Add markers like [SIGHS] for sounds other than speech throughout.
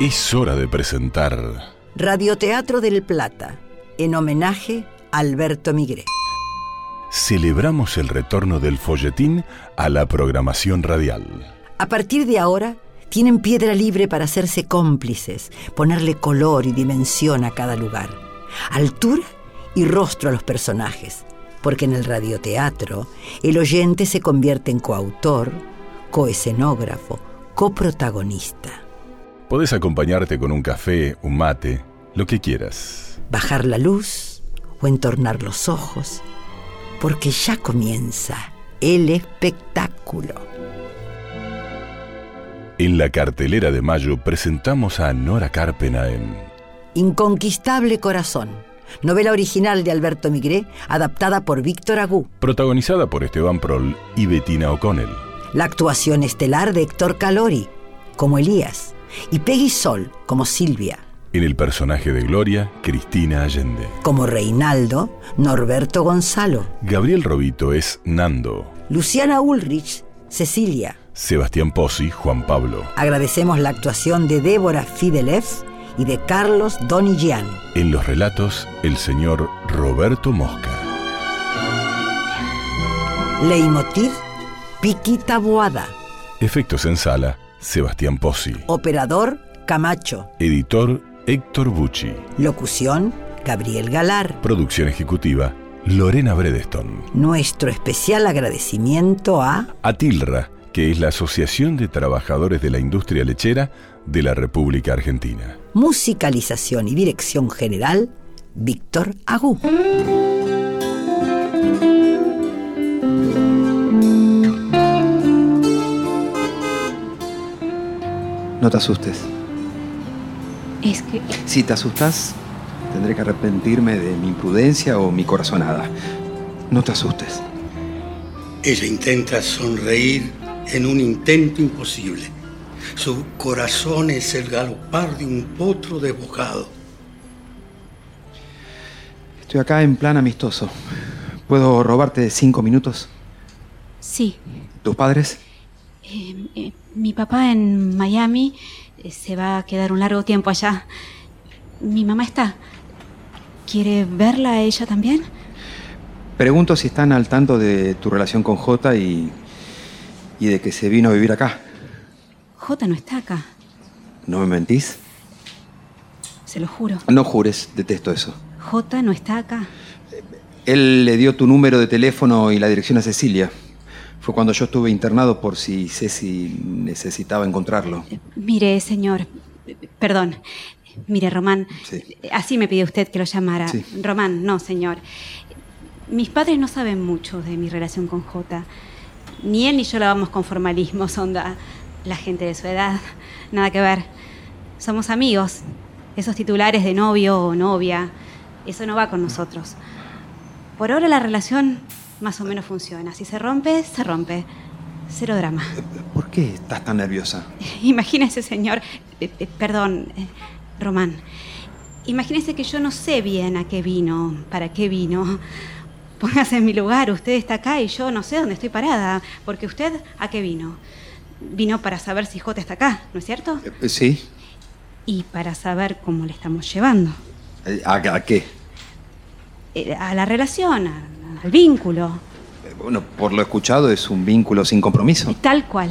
Es hora de presentar Radioteatro del Plata, en homenaje a Alberto Migré. Celebramos el retorno del folletín a la programación radial. A partir de ahora, tienen piedra libre para hacerse cómplices, ponerle color y dimensión a cada lugar, altura y rostro a los personajes, porque en el radioteatro el oyente se convierte en coautor, coescenógrafo, coprotagonista. Podés acompañarte con un café, un mate, lo que quieras. Bajar la luz o entornar los ojos, porque ya comienza el espectáculo. En la cartelera de mayo presentamos a Nora Carpena en Inconquistable Corazón, novela original de Alberto Migré, adaptada por Víctor Agú. protagonizada por Esteban Prol y Bettina O'Connell. La actuación estelar de Héctor Calori, como Elías, y Peggy Sol, como Silvia, En el personaje de Gloria, Cristina Allende. como Reinaldo, Norberto Gonzalo, Gabriel Robito es Nando. Luciana Ulrich, Cecilia. Sebastián Pozzi, Juan Pablo. Agradecemos la actuación de Débora Fidelef y de Carlos Donigian. En los relatos, el señor Roberto Mosca. Leitmotiv, Piquita Boada. Efectos en sala, Sebastián Pozzi. Operador, Camacho. Editor, Héctor Bucci. Locución, Gabriel Galar. Producción ejecutiva, Lorena Bredeston. Nuestro especial agradecimiento a Atilra, que es la Asociación de Trabajadores de la Industria Lechera de la República Argentina. Musicalización y Dirección General, Víctor Agú. No te asustes. Es que Si te asustas, tendré que arrepentirme de mi imprudencia o mi corazonada. No te asustes. Ella intenta sonreír en un intento imposible. Su corazón es el galopar de un potro desbocado. Estoy acá en plan amistoso. ¿Puedo robarte cinco minutos? sí. ¿Tus padres? Eh, eh, mi papá en Miami eh, se va a quedar un largo tiempo allá. Mi mamá está. ¿Quiere verla a ella también? Pregunto si están al tanto de tu relación con Jota y. y de que se vino a vivir acá. Jota no está acá, ¿No me mentís? se lo juro. No jures, detesto eso. Jota no está acá. Él le dio tu número de teléfono y la dirección a Cecilia. Fue cuando yo estuve internado por si Ceci necesitaba encontrarlo. Eh, Mire, señor. eh, Perdón. Mire, Román. Sí. eh, Así me pidió usted que lo llamara. Sí. Román, no, señor. Mis padres no saben mucho de mi relación con Jota. Ni él ni yo la vamos con formalismos, onda. La gente de su edad. Nada que ver. Somos amigos. Esos titulares de novio o novia. Eso no va con nosotros. Por ahora la relación más o menos funciona. Si se rompe, se rompe. Cero drama. ¿Por qué estás tan nerviosa? [LAUGHS] Imagínese, señor, eh, eh, perdón, eh, Román, imagínese que yo no sé bien a qué vino, para qué vino. [LAUGHS] Póngase en mi lugar, usted está acá y yo no sé dónde estoy parada, porque usted a qué vino. Vino para saber si Jota está acá, ¿no es cierto? Eh, Sí. Y para saber cómo le estamos llevando. Eh, ¿A, a qué? Eh, A la relación, a- al vínculo, Eh, Bueno, por lo escuchado es un vínculo sin compromiso. tal cual.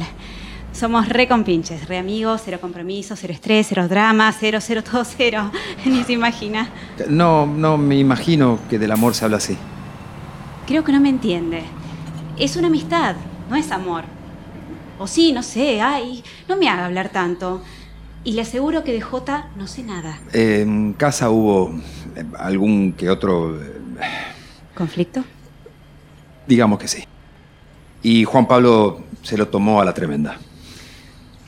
Somos re compinches, re amigos, cero compromiso, cero estrés, cero drama, cero, cero, todo cero. [LAUGHS] Ni se imagina. No, no me imagino que del amor se habla así. Creo que no me entiende. Es una amistad, no es amor. O sí, no sé, ay, no me haga hablar tanto. Y le aseguro que de Jota no sé nada. Eh, En casa hubo eh, algún que otro, eh, ¿Conflicto? digamos que sí. Y Juan Pablo se lo tomó a la tremenda.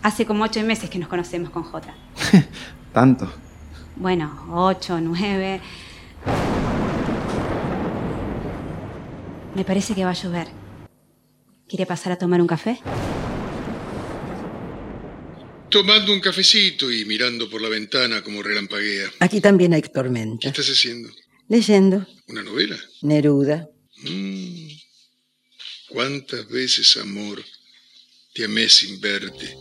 Hace como ocho meses que nos conocemos con Jota. Tanto. Bueno, ocho, nueve. Me parece que va a llover. ¿Quiere pasar a tomar un café? Tomando un cafecito y mirando por la ventana como relampaguea. Aquí también hay ¿Qué tormenta. estás haciendo? Leyendo, ¿Una novela? Neruda. Mm. ¿Cuántas veces, amor, te amé sin verte?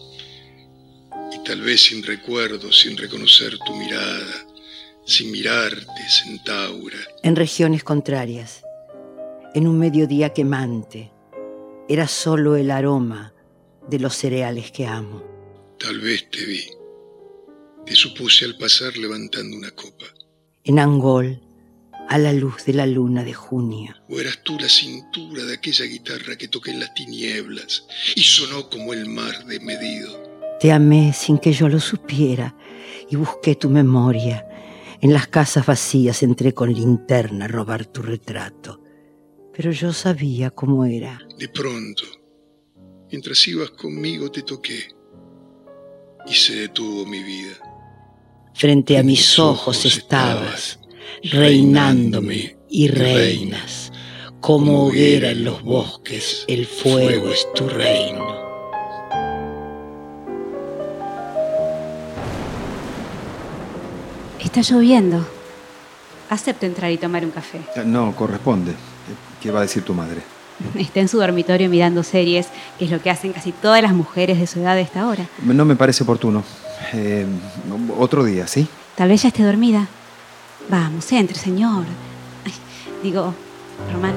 ¿Y tal vez sin recuerdo, sin reconocer tu mirada, sin mirarte, centaura. en regiones contrarias, en un mediodía quemante. Era solo el aroma de los cereales que amo. Tal vez te vi. Te supuse al pasar levantando una copa. En Angol, a la luz de la luna de junio. O eras tú la cintura de aquella guitarra que toqué en las tinieblas y sonó como el mar desmedido. Te amé sin que yo lo supiera y busqué tu memoria. En las casas vacías entré con linterna a robar tu retrato. Pero yo sabía cómo era. De pronto, mientras ibas conmigo te toqué y se detuvo mi vida. Frente a En mis ojos estabas, reinándome y reinas. Como hoguera en los bosques, el fuego es tu reino. Está lloviendo. Acepto entrar y tomar un café. [LAUGHS] Eh, No, corresponde. Eh, ¿Qué va a decir tu madre? Está en su dormitorio mirando series, que es lo que hacen casi todas las mujeres de su edad a esta hora. No me parece oportuno. Eh, otro día, ¿sí? Tal vez ya esté dormida. Vamos, entre, señor. Ay, digo, Román,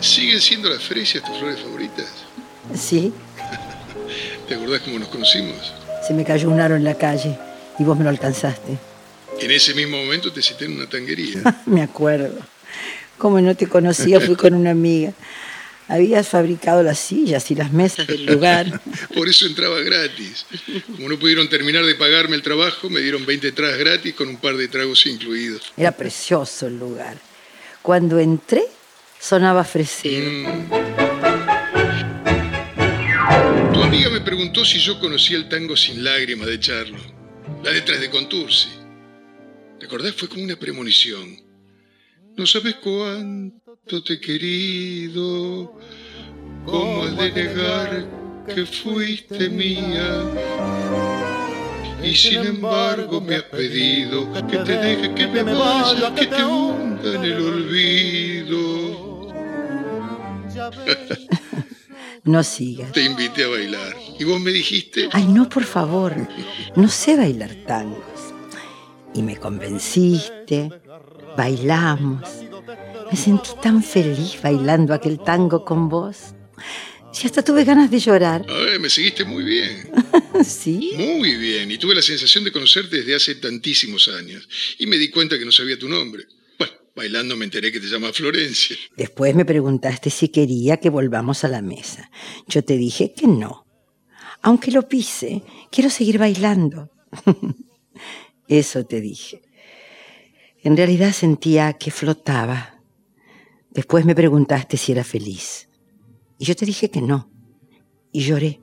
¿Siguen siendo las fresias tus flores favoritas? Sí, ¿Te acordás cómo nos conocimos? se me cayó un aro en la calle y vos me lo alcanzaste. [LAUGHS] En ese mismo momento te cité en una tanguería. Me acuerdo. Como no te conocía, fui con una amiga. Habías fabricado las sillas y las mesas del [LAUGHS] lugar. Por eso entraba gratis. Como no pudieron terminar de pagarme el trabajo, me dieron 20 tragos gratis con un par de tragos incluidos. Era precioso el lugar. Cuando entré, sonaba fresero. Tu amiga me preguntó si yo conocía el tango sin lágrimas de Charlo, la detrás de Contursi. ¿Te acordás? Fue como una premonición. No sabes cuánto te he querido, cómo has de negar que fuiste mía. Y sin embargo me has pedido que te deje, que me vaya, que te hunda en el olvido. No sigas. Te invité a bailar y vos me dijiste, Ay, no, por favor. No sé bailar tangos. Y me convenciste. Bailamos. Me sentí tan feliz bailando aquel tango con vos. Y hasta tuve ganas de llorar. [LAUGHS] a ver, me seguiste muy bien. ¿Sí? Muy bien, y tuve la sensación de conocerte desde hace tantísimos años. Y me di cuenta que no sabía tu nombre. Bueno, bailando me enteré que te llamas Florencia. Después me preguntaste si quería que volvamos a la mesa. Yo te dije que no. Aunque lo pise, quiero seguir bailando. [LAUGHS] Eso te dije. En realidad sentía que flotaba. Después me preguntaste si era feliz. Y yo te dije que no. Y lloré.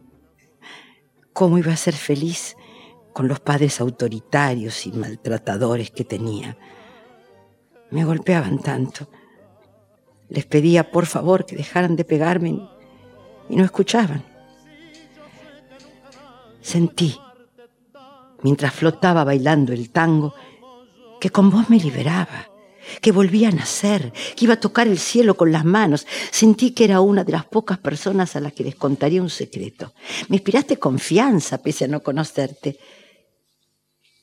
¿Cómo iba a ser feliz con los padres autoritarios y maltratadores que tenía? Me golpeaban tanto. Les pedía por favor que dejaran de pegarme y- y no escuchaban. Sentí, mientras flotaba bailando el tango, que con vos me liberaba, que volvía a nacer, que iba a tocar el cielo con las manos. Sentí que era una de las pocas personas a las que les contaría un secreto. Me inspiraste confianza pese a no conocerte.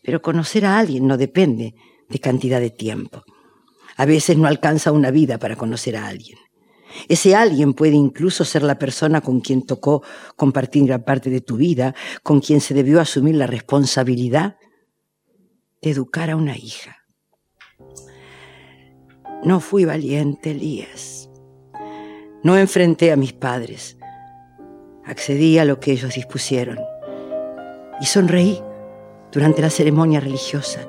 Pero conocer a alguien no depende de cantidad de tiempo. A veces no alcanza una vida para conocer a alguien. Ese alguien puede incluso ser la persona con quien tocó compartir gran parte de tu vida, con quien se debió asumir la responsabilidad de educar a una hija. No fui valiente, Elías. No enfrenté a mis padres. Accedí a lo que ellos dispusieron. Y sonreí durante la ceremonia religiosa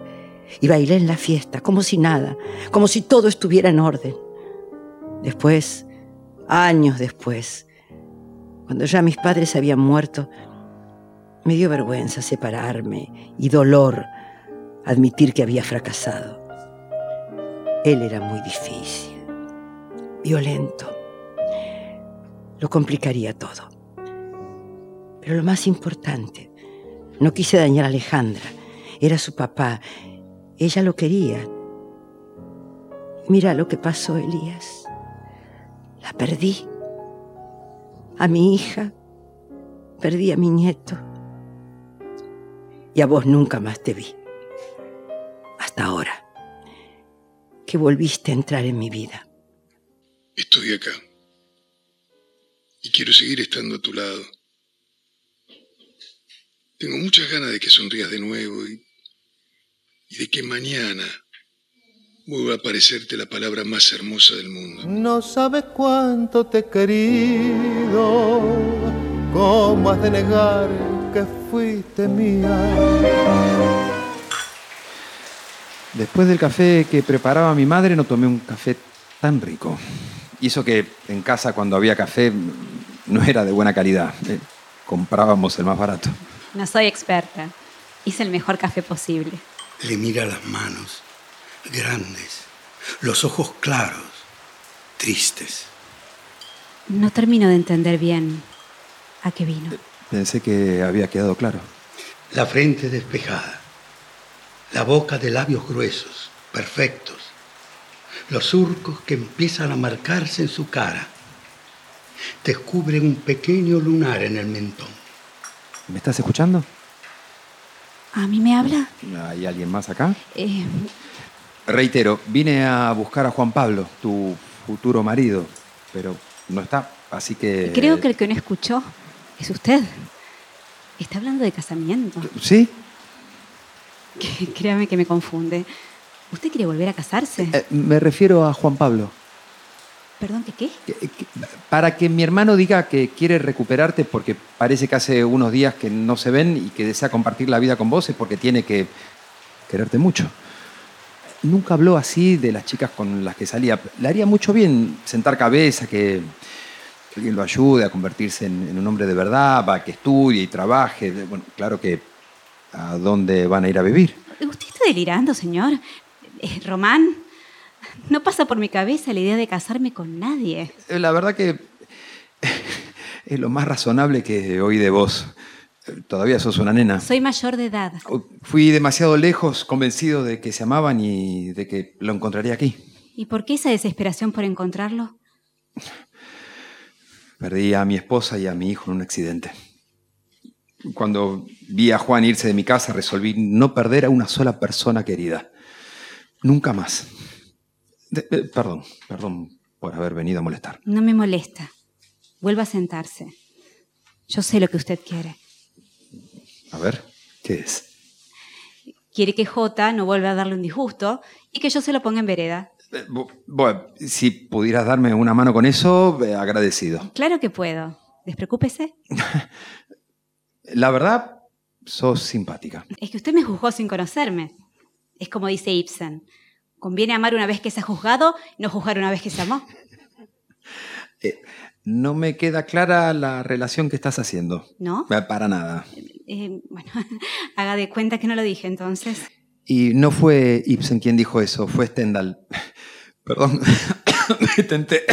y bailé en la fiesta, como si nada, como si todo estuviera en orden. Después, años después, cuando ya mis padres habían muerto, me dio vergüenza separarme y dolor admitir que había fracasado. Él era muy difícil, violento. Lo complicaría todo. Pero lo más importante, no quise dañar a Alejandra. Era su papá. Ella lo quería. Mira lo que pasó, Elías. La perdí. A mi hija. Perdí a mi nieto. y a vos nunca más te vi. Hasta ahora, que volviste a entrar en mi vida. Estoy acá. Y quiero seguir estando a tu lado. Tengo muchas ganas de que sonrías de nuevo y, y de que mañana vuelva a aparecerte la palabra más hermosa del mundo. No sabes cuánto te he querido, cómo has de negar que fuiste mía. Después del café que preparaba mi madre, no tomé un café tan rico. Y eso que en casa cuando había café no era de buena calidad. Eh, comprábamos el más barato. No soy experta. Hice el mejor café posible. Le mira las manos, grandes, los ojos claros, tristes. No termino de entender bien a qué vino. Pensé que había quedado claro. La frente despejada, la boca de labios gruesos, perfectos, los surcos que empiezan a marcarse en su cara. Descubre un pequeño lunar en el mentón. ¿Me estás escuchando? ¿A mí me habla? ¿Hay alguien más acá? Eh, Reitero, vine a buscar a Juan Pablo, tu futuro marido, pero no está, así que... creo que el que no escuchó es usted. Está hablando de casamiento. ¿Sí? Que- Créame que me confunde. ¿Usted quiere volver a casarse? Eh, me refiero a Juan Pablo. ¿Perdón, que qué? Que- que- Para que mi hermano diga que quiere recuperarte porque parece que hace unos días que no se ven y que desea compartir la vida con vos es porque tiene que quererte mucho. Nunca habló así de las chicas con las que salía. Le haría mucho bien sentar cabeza, que alguien lo ayude a convertirse en, en un hombre de verdad, para que estudie y trabaje. De- Bueno, claro que a dónde van a ir a vivir. ¿Usted está delirando, señor? Eh, ¿Román? No pasa por mi cabeza la idea de casarme con nadie. Eh, La verdad que [LAUGHS] es lo más razonable que oí de vos. Eh, Todavía sos una nena. Soy mayor de edad. Fui demasiado lejos, convencido de que se amaban y de que lo encontraría aquí. ¿Y por qué esa desesperación por encontrarlo? Perdí a mi esposa y a mi hijo en un accidente. Cuando vi a Juan irse de mi casa, resolví no perder a una sola persona querida. Nunca más. De- eh, perdón, perdón por haber venido a molestar. No me molesta. Vuelva a sentarse. Yo sé lo que usted quiere. A ver, ¿qué es? Quiere que Jota no vuelva a darle un disgusto y que yo se lo ponga en vereda. Eh, bu- Bueno, si pudieras darme una mano con eso, eh, agradecido. Claro que puedo. Despreocúpese. La verdad, sos simpática. Es que usted me juzgó sin conocerme. Es como dice Ibsen. Conviene amar una vez que se ha juzgado, no juzgar una vez que se amó. No me queda clara la relación que estás haciendo. ¿No? Eh, Para nada. Eh, bueno, [LAUGHS] haga de cuenta que no lo dije entonces. Y no fue Ibsen quien dijo eso, fue Stendhal. [LAUGHS] Perdón, [LAUGHS] me tenté.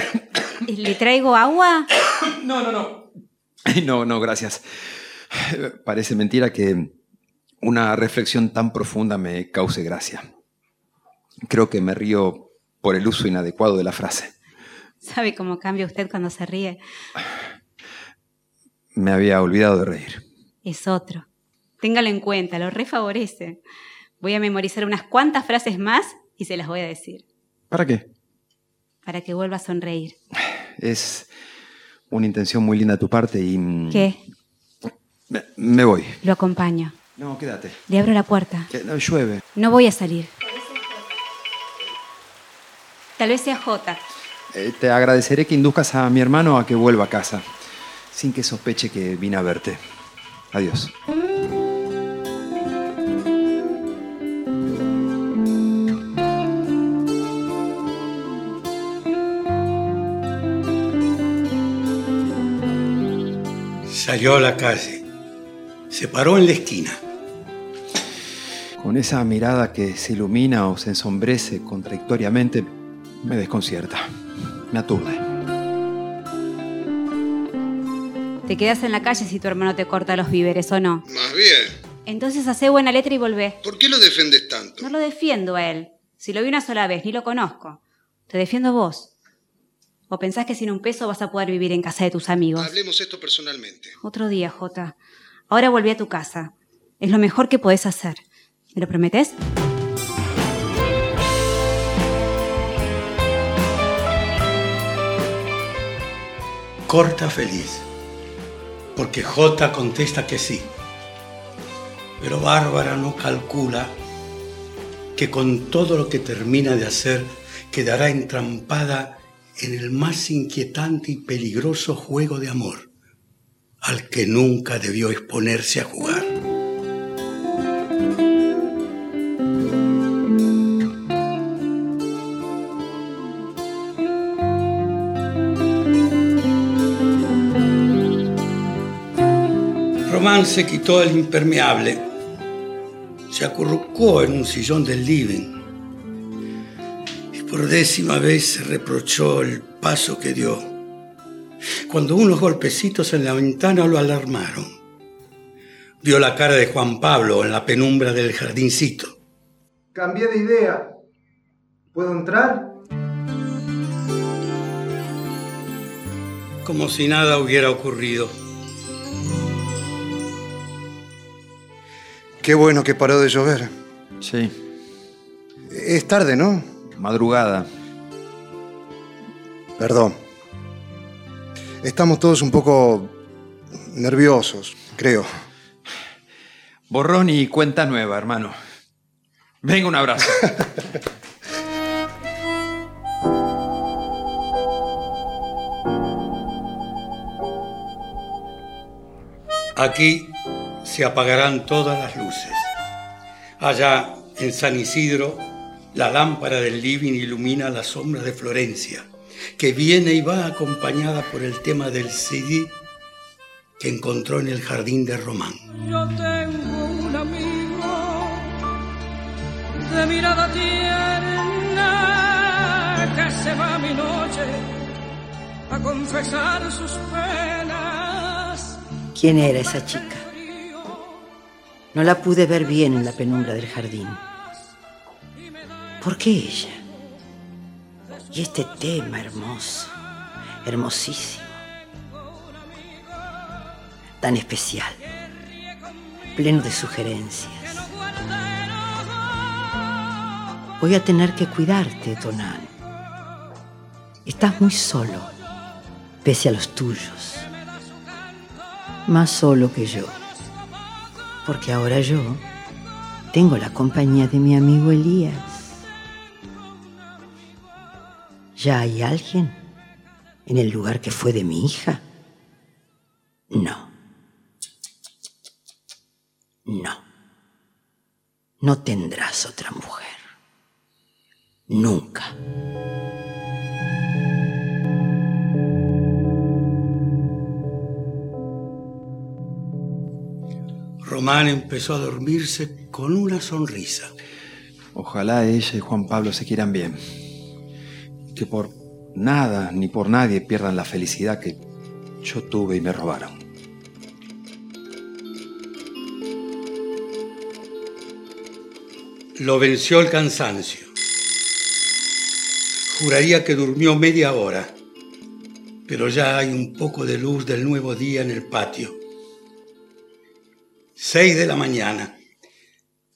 ¿Le traigo agua? [COUGHS] No, no, no. No, no, gracias. [SIGHS] Parece mentira que una reflexión tan profunda me cause gracia. Creo que me río por el uso inadecuado de la frase. ¿Sabe cómo cambia usted cuando se ríe? Me había olvidado de reír. Es otro. Téngalo en cuenta, lo refavorece. Voy a memorizar unas cuantas frases más y se las voy a decir, ¿Para qué? para que vuelva a sonreír. Es una intención muy linda de tu parte y... mm, ¿Qué? Me, me voy. Lo acompaño. No, quédate. Le abro la puerta. Que no llueve. No voy a salir. Tal vez sea Jota. Eh, te agradeceré que induzcas a mi hermano a que vuelva a casa, sin que sospeche que vine a verte. Adiós. Salió a la calle, se paró en la esquina. Con esa mirada que se ilumina o se ensombrece contradictoriamente, me desconcierta, me aturde. Te quedas en la calle si tu hermano te corta los víveres o no. Más bien, Entonces hace buena letra y volvé. ¿por qué lo defendes tanto? No lo defiendo a él. Si lo vi una sola vez, ni lo conozco. Te defiendo vos. ¿O pensás que sin un peso vas a poder vivir en casa de tus amigos? Hablemos esto personalmente. Otro día, Jota. Ahora volví a tu casa. Es lo mejor que podés hacer. ¿Me lo prometes? Corta feliz, porque J contesta que sí. Pero Bárbara no calcula que con todo lo que termina de hacer quedará entrampada en el más inquietante y peligroso juego de amor al que nunca debió exponerse a jugar. Román se quitó el impermeable, se acurrucó en un sillón del living y por décima vez se reprochó el paso que dio cuando unos golpecitos en la ventana lo alarmaron. Vio la cara de Juan Pablo en la penumbra del jardincito. Cambié de idea. ¿Puedo entrar? Como si nada hubiera ocurrido. Qué bueno que paró de llover. Sí, Es tarde, ¿no? madrugada. Perdón. Estamos todos un poco nerviosos, creo. Borrón y cuenta nueva, hermano. Venga, un [LAUGHS] abrazo. Aquí se apagarán todas las luces. Allá, en San Isidro, la lámpara del living ilumina la sombra de Florencia, que viene y va acompañada por el tema del CD que encontró en el jardín de Román. Yo tengo un amigo de mirada tierna que se va a mi noche a confesar sus penas. ¿Quién era esa chica? No la pude ver bien en la penumbra del jardín. ¿Por qué ella? Y este tema hermoso, hermosísimo, tan especial, pleno de sugerencias. Voy a tener que cuidarte, Tonal. Estás muy solo, pese a los tuyos. Más solo que yo. Porque ahora yo tengo la compañía de mi amigo Elías. ¿Ya hay alguien en el lugar que fue de mi hija? No. No. No tendrás otra mujer. Nunca. Román empezó a dormirse con una sonrisa. Ojalá ella y Juan Pablo se quieran bien. Que por nada ni por nadie pierdan la felicidad que yo tuve y me robaron. Lo venció el cansancio. Juraría que durmió media hora, pero ya hay un poco de luz del nuevo día en el patio. Seis de la mañana.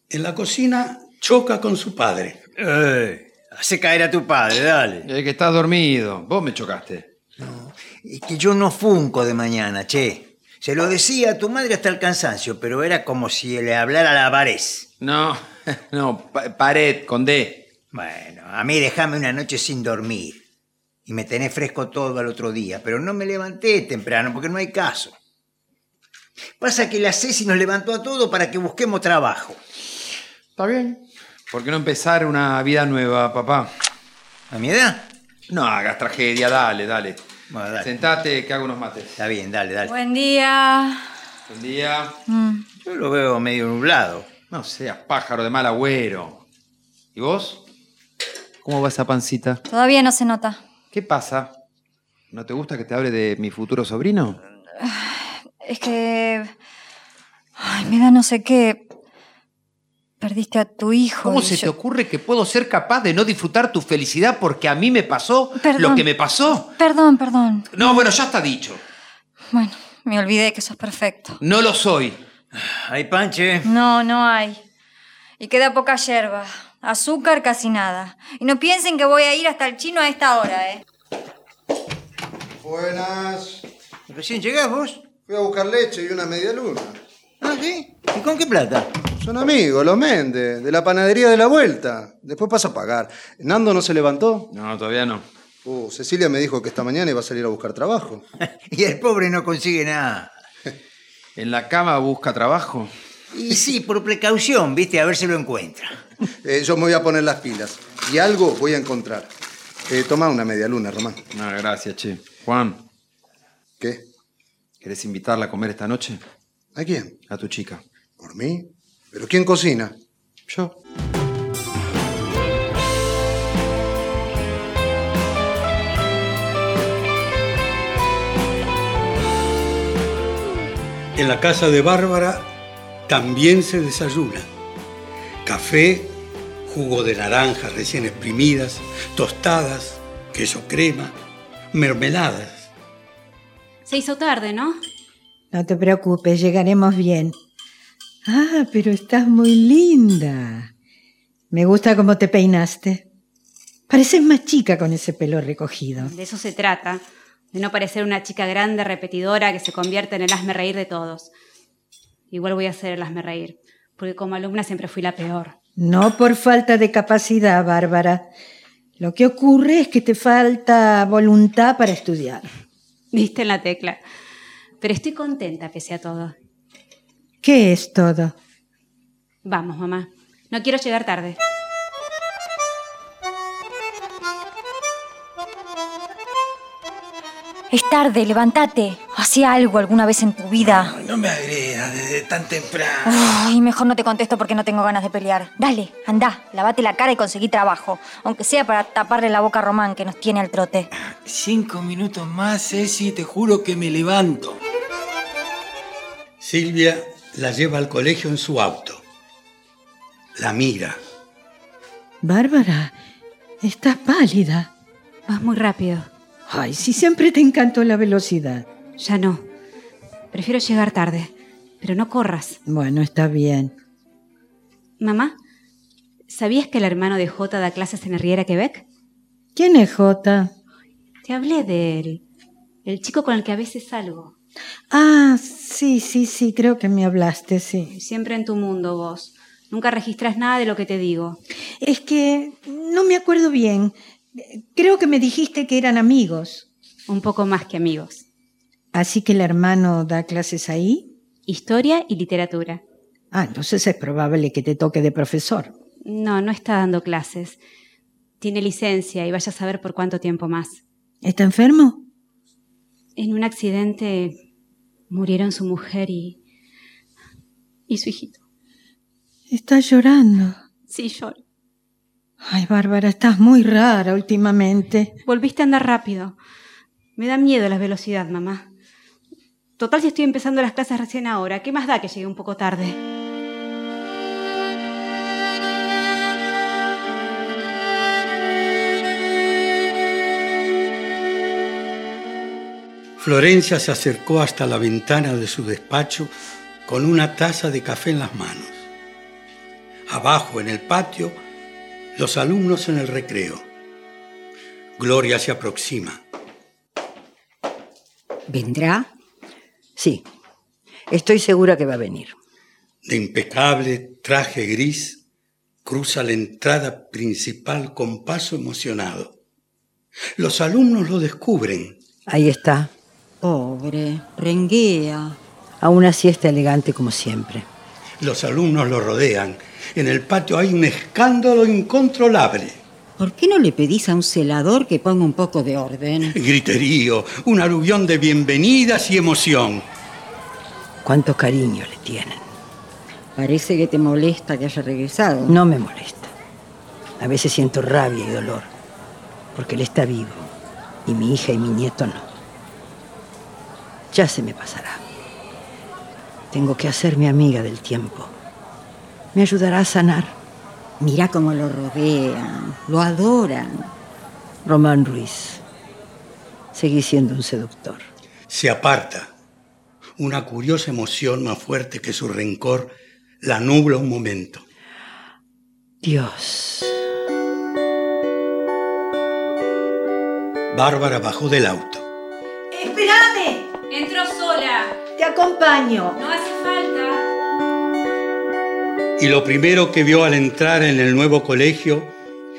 En la cocina choca con su padre. Eh, hace caer a tu padre, dale. El que está dormido. Vos me chocaste. Es que yo no funco de mañana, che. Se lo decía a tu madre hasta el cansancio, pero era como si le hablara a la pared. No, [LAUGHS] no, pa- pared, con D. Bueno, a mí dejame una noche sin dormir. Y me tenés fresco todo al otro día, pero no me levanté temprano porque no hay caso. Pasa que la Ceci nos levantó a todo para que busquemos trabajo. Está bien. ¿Por qué no empezar una vida nueva, papá? ¿A mi edad? No hagas tragedia, dale, dale. Bueno, dale. Sentate que hago unos mates. Está bien, dale, dale. Buen día. Mm, Buen día. Yo lo veo medio nublado. No seas pájaro de mal agüero. ¿Y vos? ¿Cómo va esa pancita? Todavía no se nota. ¿Qué pasa? ¿No te gusta que te hable de mi futuro sobrino? Es que. Ay, me da no sé qué. Perdiste a tu hijo. ¿Cómo y se te yo- ocurre que puedo ser capaz de no disfrutar tu felicidad porque a mí me pasó lo Perdón. que me pasó? Perdón, perdón. No, bueno, ya está dicho. Bueno, me olvidé que sos perfecto. No lo soy. Hay panche. No, no hay. Y queda poca yerba. Azúcar casi nada. Y no piensen que voy a ir hasta el chino a esta hora, ¿eh? Buenas. ¿Recién llegás vos? Voy a buscar leche y una media luna. ¿Ah, sí? ¿Y con qué plata? Son amigos, los Méndez, de la panadería de la vuelta. Después pasa a pagar. ¿Nando no se levantó? No, todavía no. Uh, Cecilia me dijo que esta mañana iba a salir a buscar trabajo. [LAUGHS] y el pobre no [LAUGHS] consigue nada. ¿En la cama busca trabajo? Y sí, por precaución, viste, a ver si lo encuentra. [LAUGHS] Eh, yo me voy a poner las pilas. Y algo voy a encontrar. Eh, toma una media luna, Román. No, Ah, gracias, che. Juan. ¿Qué? ¿Querés invitarla a comer esta noche? ¿A quién? A tu chica. ¿Por mí? ¿Pero quién cocina? Yo. En la casa de Bárbara también se desayuna. Café, jugo de naranjas recién exprimidas, tostadas, queso crema, mermeladas. Se hizo tarde, ¿no? No te preocupes, llegaremos bien. Ah, pero estás muy linda. Me gusta cómo te peinaste. Pareces más chica con ese pelo recogido. De eso se trata, de no parecer una chica grande, repetidora, que se convierte en el hazme reír de todos. Igual voy a ser el hazme reír, porque como alumna siempre fui la peor. [LAUGHS] No por falta de capacidad, Bárbara. Lo que ocurre es que te falta voluntad para estudiar. Viste en la tecla. Pero estoy contenta pese a todo. ¿Qué es todo? Vamos, mamá. No quiero llegar tarde. Es tarde, levántate. Hacía algo alguna vez en tu vida. Ay, No me agredas desde tan temprano. Ay, mejor no te contesto porque no tengo ganas de pelear. Dale, andá, lavate la cara y conseguí trabajo. Aunque sea para taparle la boca a Román que nos tiene al trote. Cinco minutos más, Ceci, te juro que me levanto. Silvia la lleva al colegio en su auto. La mira. Bárbara, estás pálida. Vas muy rápido. Ay, si siempre te encantó la velocidad. Ya no. Prefiero llegar tarde. Pero no corras. Bueno, está bien. Mamá, ¿sabías que el hermano de Jota da clases en Riviera, Quebec? ¿Quién es Jota? Te hablé de él. El chico con el que a veces salgo. Ah, sí, sí, sí, creo que me hablaste, sí. Siempre en tu mundo, vos. Nunca registras nada de lo que te digo. Es que no me acuerdo bien. Creo que me dijiste que eran amigos. Un poco más que amigos. Así que el hermano da clases ahí. Historia y literatura. Ah, entonces es probable que te toque de profesor. No, no está dando clases. Tiene licencia y vaya a saber por cuánto tiempo más. ¿Está enfermo? En un accidente murieron su mujer y. y su hijito. Está llorando. Sí, lloro. Ay, Bárbara, estás muy rara últimamente. Volviste a andar rápido. Me da miedo la velocidad, mamá. Total, si estoy empezando las clases recién ahora, ¿qué más da que llegue un poco tarde? Florencia se acercó hasta la ventana de su despacho con una taza de café en las manos. Abajo, en el patio, los alumnos en el recreo. Gloria se aproxima. ¿Vendrá? Sí. Estoy segura que va a venir. De impecable traje gris, cruza la entrada principal con paso emocionado. Los alumnos lo descubren. Ahí está. Pobre, renguea. Aún así está elegante como siempre. Los alumnos lo rodean. En el patio hay un escándalo incontrolable. ¿Por qué no le pedís a un celador que ponga un poco de orden? Griterío, un aluvión de bienvenidas y emoción. Cuánto cariño le tienen. Parece que te molesta que haya regresado. No me molesta. A veces siento rabia y dolor, porque él está vivo y mi hija y mi nieto no. Ya se me pasará. Tengo que hacerme amiga del tiempo. Me ayudará a sanar. Mirá cómo lo rodean, lo adoran. Román Ruiz, seguí siendo un seductor. Se aparta. Una curiosa emoción más fuerte que su rencor la nubla un momento. Dios. Bárbara bajó del auto. ¡Espérame! Entró sola. Te acompaño. No hace falta. Y lo primero que vio al entrar en el nuevo colegio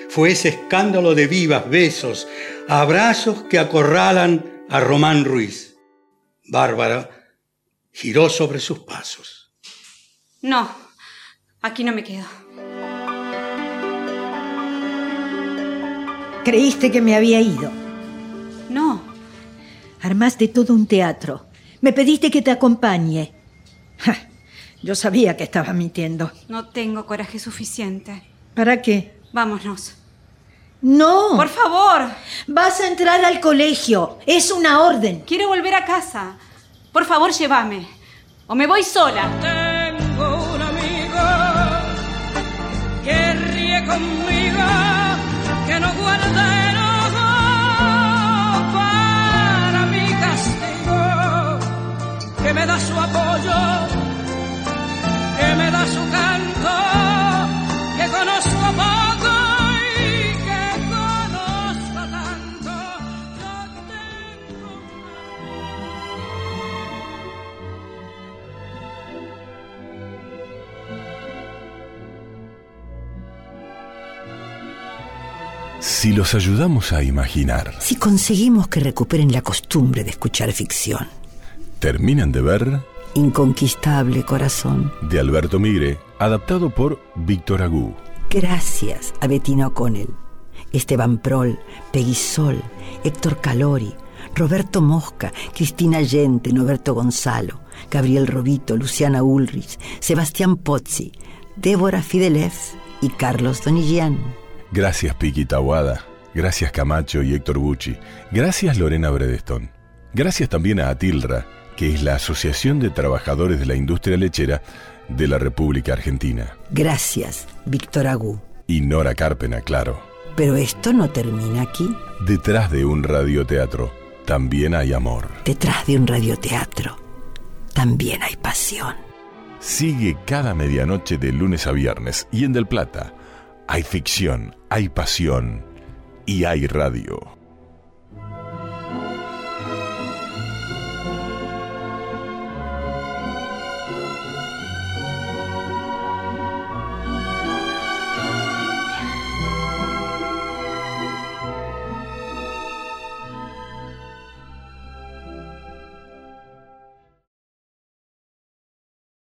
fue ese escándalo de vivas, besos, abrazos que acorralan a Román Ruiz. Bárbara giró sobre sus pasos. No, aquí no me quedo. Creíste que me había ido. No. Armaste todo un teatro. Me pediste que te acompañe. Ja, yo sabía que estabas mintiendo. No tengo coraje suficiente. ¿Para qué? Vámonos. No. Por favor. Vas a entrar al colegio. Es una orden. Quiero volver a casa. Por favor, llévame. O me voy sola. Tengo un amigo que ríe conmigo, que no guarda enojo para mi castigo, que me da su apoyo, que me da su canto, que conozco poco y que conozco tanto. Si los ayudamos a imaginar, Si conseguimos que recuperen la costumbre de escuchar ficción. terminan de ver Inconquistable corazón. de Alberto Migre, adaptado por Víctor Agú. Gracias a Bettina O'Connell, Esteban Prol, Peggy Sol, Héctor Calori, Roberto Mosca, Cristina Allende, Norberto Gonzalo, Gabriel Robito, Luciana Ulrich, Sebastián Pozzi, Débora Fidelef y Carlos Donillán. Gracias Piqui Tawada, gracias Camacho y Héctor Gucci, gracias Lorena Bredestón, gracias también a Atilra, que es la Asociación de Trabajadores de la Industria Lechera de la República Argentina, Gracias, Víctor Agú. y Nora Carpena, claro. Pero esto no termina aquí. Detrás de un radioteatro también hay amor. Detrás de un radioteatro también hay pasión. Sigue cada medianoche de lunes a viernes y en Del Plata hay ficción, hay pasión y hay radio.